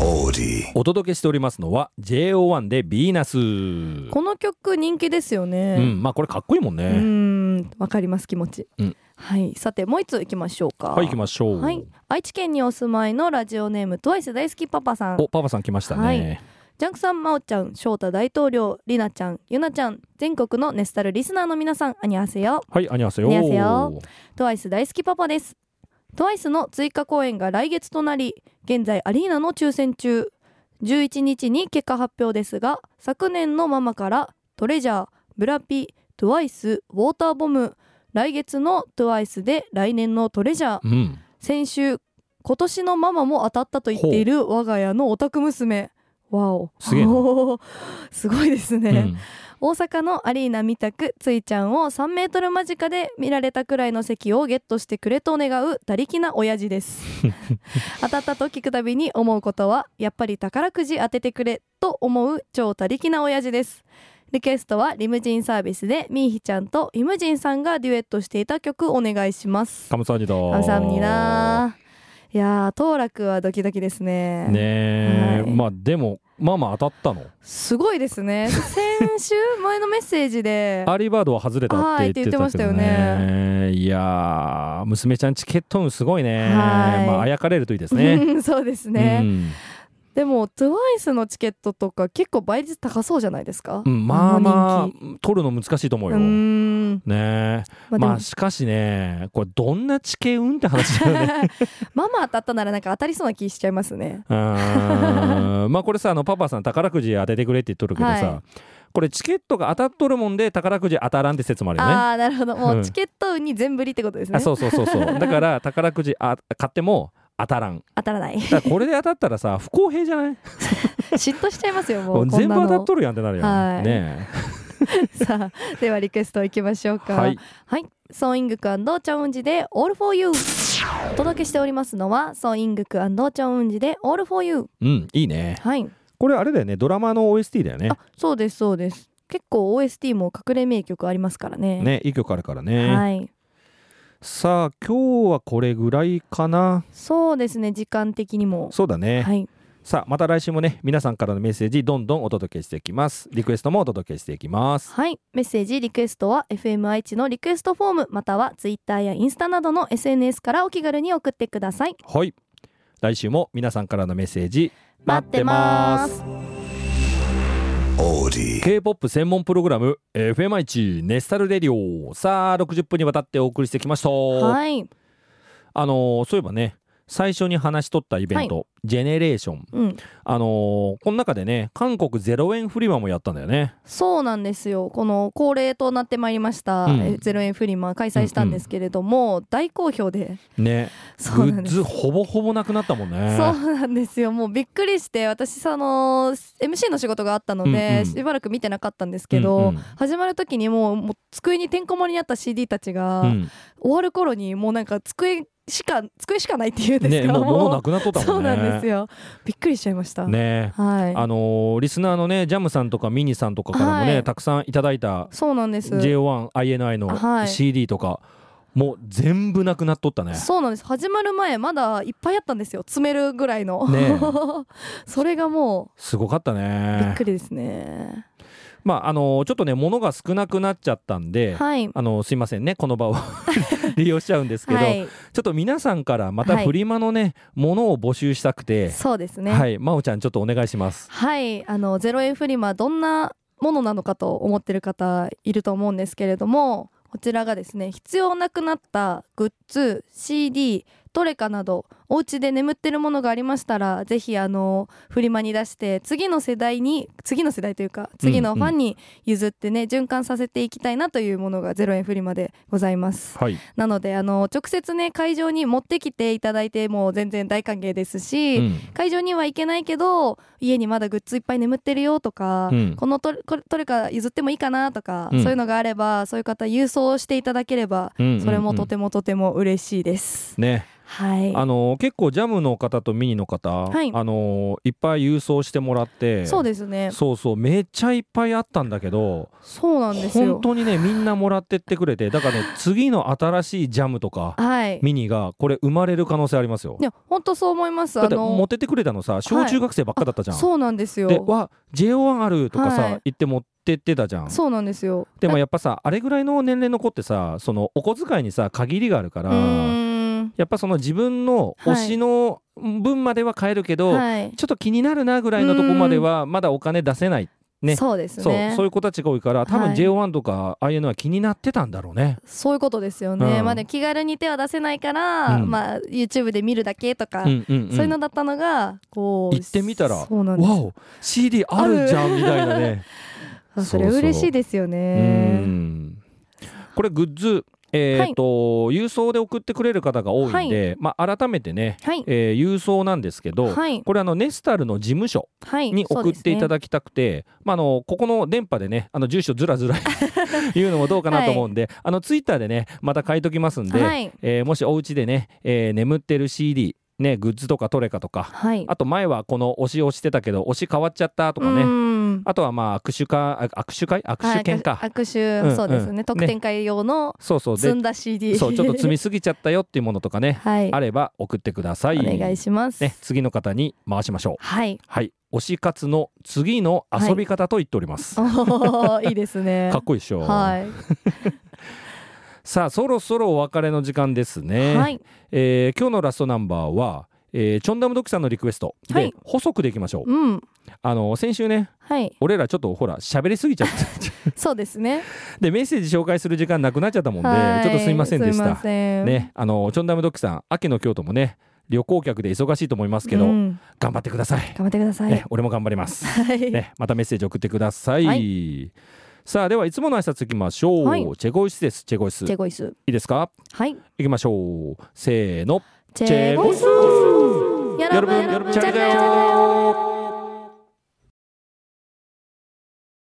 Audi. お届けしておりますのは JO1 でビーナス。うこの曲人気ですよねん、まあこれかっこいいもんうね。んわかります気持ち、うんはいさてもう一つ行きましょうかはい、行きましょう。はい愛知県にお住まいのラジオネーム TWICE 大好きパパさんお、パパさん来ましたはいね。ジャンクさん、まおちゃん、翔太大統領、りなちゃん、ゆなちゃん、全国のネスタルリスナーの皆さん、アニハセよ。はい、あにわせよ。 안녕하세요 トワイス大好きパパです。トワイスの追加公演が来月となり、現在アリーナの抽選中。11日に結果発表ですが、昨年のママから、トレジャー、ブラピ、トワイス、ウォーターボム、来月のトワイスで来年のトレジャー、うん。先週今年のママも当たったと言っている我が家のオタク娘わおすげえなおー すごいですね、 うん大阪のアリーナみたくついちゃんを3メートル間近で見られたくらいの席をゲットしてくれと願う他力な親父です当たったと聞くたびに思うことはやっぱり宝くじ当ててくれと思う超他力な親父ですリクエストはリムジンサービスでみーひちゃんとイムジンさんがデュエットしていた曲お願いします 감사합니다。 감사합니다いやー当落はドキドキですねねえ、はいまあでもまあまあ当たったのすごいですね先週前のメッセー ジでアーリーバードは外れたって言ってたけどね,、はいって言ってまいやー娘ちゃんチケット運すごいね、はいまああやかれるといいですねうんそうです ね、うでも TWICE のチケットとか結構倍率高そうじゃないですか、んうんまああのま人あ取るの難しいと思ううよ、ーんねえまあでもまあしかしねこれどんな地形運って話だよ ねママ当たったならなんか当たりそうな気しちゃいます ねうーんまあこれさあのパパさん宝くじ当ててくれって言っとるけどさ、はこれチケットが当たっとるもんで宝くじ当たらんって説もあるよねああなるほどもうんうチケットに全振りってことですね、あそうそうそう そうだから宝くじあ買っても当たらん当たらないだからこれで当たったらさ不公平じゃ ない嫉妬しちゃいますよもうこん全部 な当たっのとるやんってなるやん、はいねさあではリクエストいきましょうえかはいはい、ソンイングクチャウンジで All for You お届けしておりますのはソンイングクチャウンジで All for You うんいいねはいこれあれだよねドラマの OST だよねあそうですそうです結構 OST も隠れ名曲ありますからねねいい曲あるからね、はいさあ今日はこれぐらいかなそうですね時間的にもそうだね、はいさあまた来週もね皆さんからのメッセージどんどんお届けしていきますリクエストもお届けしていきますはいメッセージリクエストは FM 愛知のリクエストフォームまたは Twitter やインスタなどの SNS からお気軽に送ってくださいはい来週も皆さんからのメッセージ待ってます Audi. K-POP 専門プログラム FM1 ネスタルレディオさあ60分にわたってお送りしてきました、はいあのーそういえばね最初に話しとったイベント、ジェネレーションうんあのーこの中でね韓国0円フリマもやったんだよねそうなんですよこの恒例となってまいりました、うんえゼロ円フリマ開催したんですけれども、大好評でねグそうなんッですズほぼほぼなくなったもんねそうなんですよもうびっくりして私その MC の仕事があったので、うんうんしばらく見てなかったんですけど、うんうん始まる時にもうもう机にてんこ盛りになった CD たちが、うん終わる頃にもうなんか机しか机しかないっていうんですねけどもうも物なくなっとったそもうんねなんですよびっくりしちゃいました、ねはいあのーリスナーのねジャムさんとかミニさんとかからもね、はいたくさんいただいたそうなんです JO1INI はのい CD とか、もう全部なくなっとったねそうなんです始まる前まだいっぱいあったんですよ詰めるぐらいの、ね それがもすごかったうびっねくりですねまああのーちょっとね物が少なくなっちゃったんで、はいあのーすいませんねこの場を 利用しちゃうんですけど、はいちょっと皆さんからまたはいフリマのね、ものを募集したくて、そうですねはい真央ちゃんちょっとお願いしますはい、あのゼロ円フリマどんなものなのかと思ってる方いると思うんですけれどもこちらがですね必要なくなったグッズ CD トレカなどお家で眠ってるものがありましたらぜひあのフリマに出して次の世代に次の世代というか次のファンに譲ってね、循環させていきたいなというものがゼロ円フリマでございますはいなのであの直接ね会場に持ってきていただいても全然大歓迎ですし、うん会場には行けないけど家にまだグッズいっぱい眠ってるよとか、うんこのトレこれトレカ譲ってもいいかなとか、うんそういうのがあればそういう方郵送していただければ、うんうんうんそれもとてもとても嬉しいです。ね、はいあの結構ジャムの方とミニの方、はいあのいっぱい郵送してもらってそうですねそうそうめっちゃいっぱいあったんだけどそうなんですよ本当にねみんなもらってってくれてだから ね次の新しいジャムとかはいミニがこれ生まれる可能性ありますよいや本当そう思いますだあって持っのてってくれたのさ小中学生ばっかだったじゃん、そうなんですでよわ JO1 あるとかさ、はい言って持ってってたじゃんそうなんですよでもやっぱさあれぐらいの年齢の子ってさそのお小遣いにさ限りがあるかうら、ーんやっぱその自分の推しの分までは買えるけど、はいちょっと気になるなぐらいのとこまではまだお金出せない、ねそうですそうねそういう子たちが多いから多分はい JO1 とかああいうのは気になってたんだろうね。そういうことですよね、うんまあでも気軽に手は出せないから、うんまあ YouTube で見るだけとか、うんうんうんそういうのだったのがこう行ってみたらそうなんですわお CD あるじゃんみたいな ね。あそれ嬉しいですようねんこれグッズえーと郵送で送ってくれる方が多いんで、まあ、改めてね、はいえー郵送なんですけど、はいこれあのネスタルの事務所はいに送っていただだきたくて、まあ、あのここの電波でねあの住所ずらず ら言うのもどうかなと思うんで、あのツイッターでねまた書いときますんで、はいえーもしお家でね、えー眠ってる CD、ね、グッズとかトレカとかはいあと前はこの推しをしてたけど推し変わっちゃったとかね、ねあとはまあ握手かあ握手会握手券か、はい、握うんう手んそうですね、ね特典会用のそうそう積でんだ CD そうちょっと積みすぎちゃったよっていうものとかね、 はいあれば送ってください。お願いします、ね、次の方に回しましょう。はいはい、推し活の次の遊び方と言っております。おーいいですねかっこいいでしょ、はい、さあそろそろお別れの時間ですね、はいえー今日のラストナンバーは、えーチョンダムドキさんのリクエストで、はい細くでいきましょううんあの先週ねはい俺らちょっとほら喋りすぎちゃってそうですね でメッセージ紹介する時間なくなっちゃったもんではいちょっとすいませんでしすいまたせんねあのチョンダムドキさん秋の京都もね旅行客で忙しいと思いますけど、うん頑張ってください、頑張ってください、ね、俺も頑張りますはい、ね、またメッセージ送ってください。はさあではいつもの挨拶いきましょう、はいチェゴイスですチェゴイスチェいゴイスいですかはいいきましょうせーのチェゴイスチェゴイスやよろろぶんよろぶんチャンネル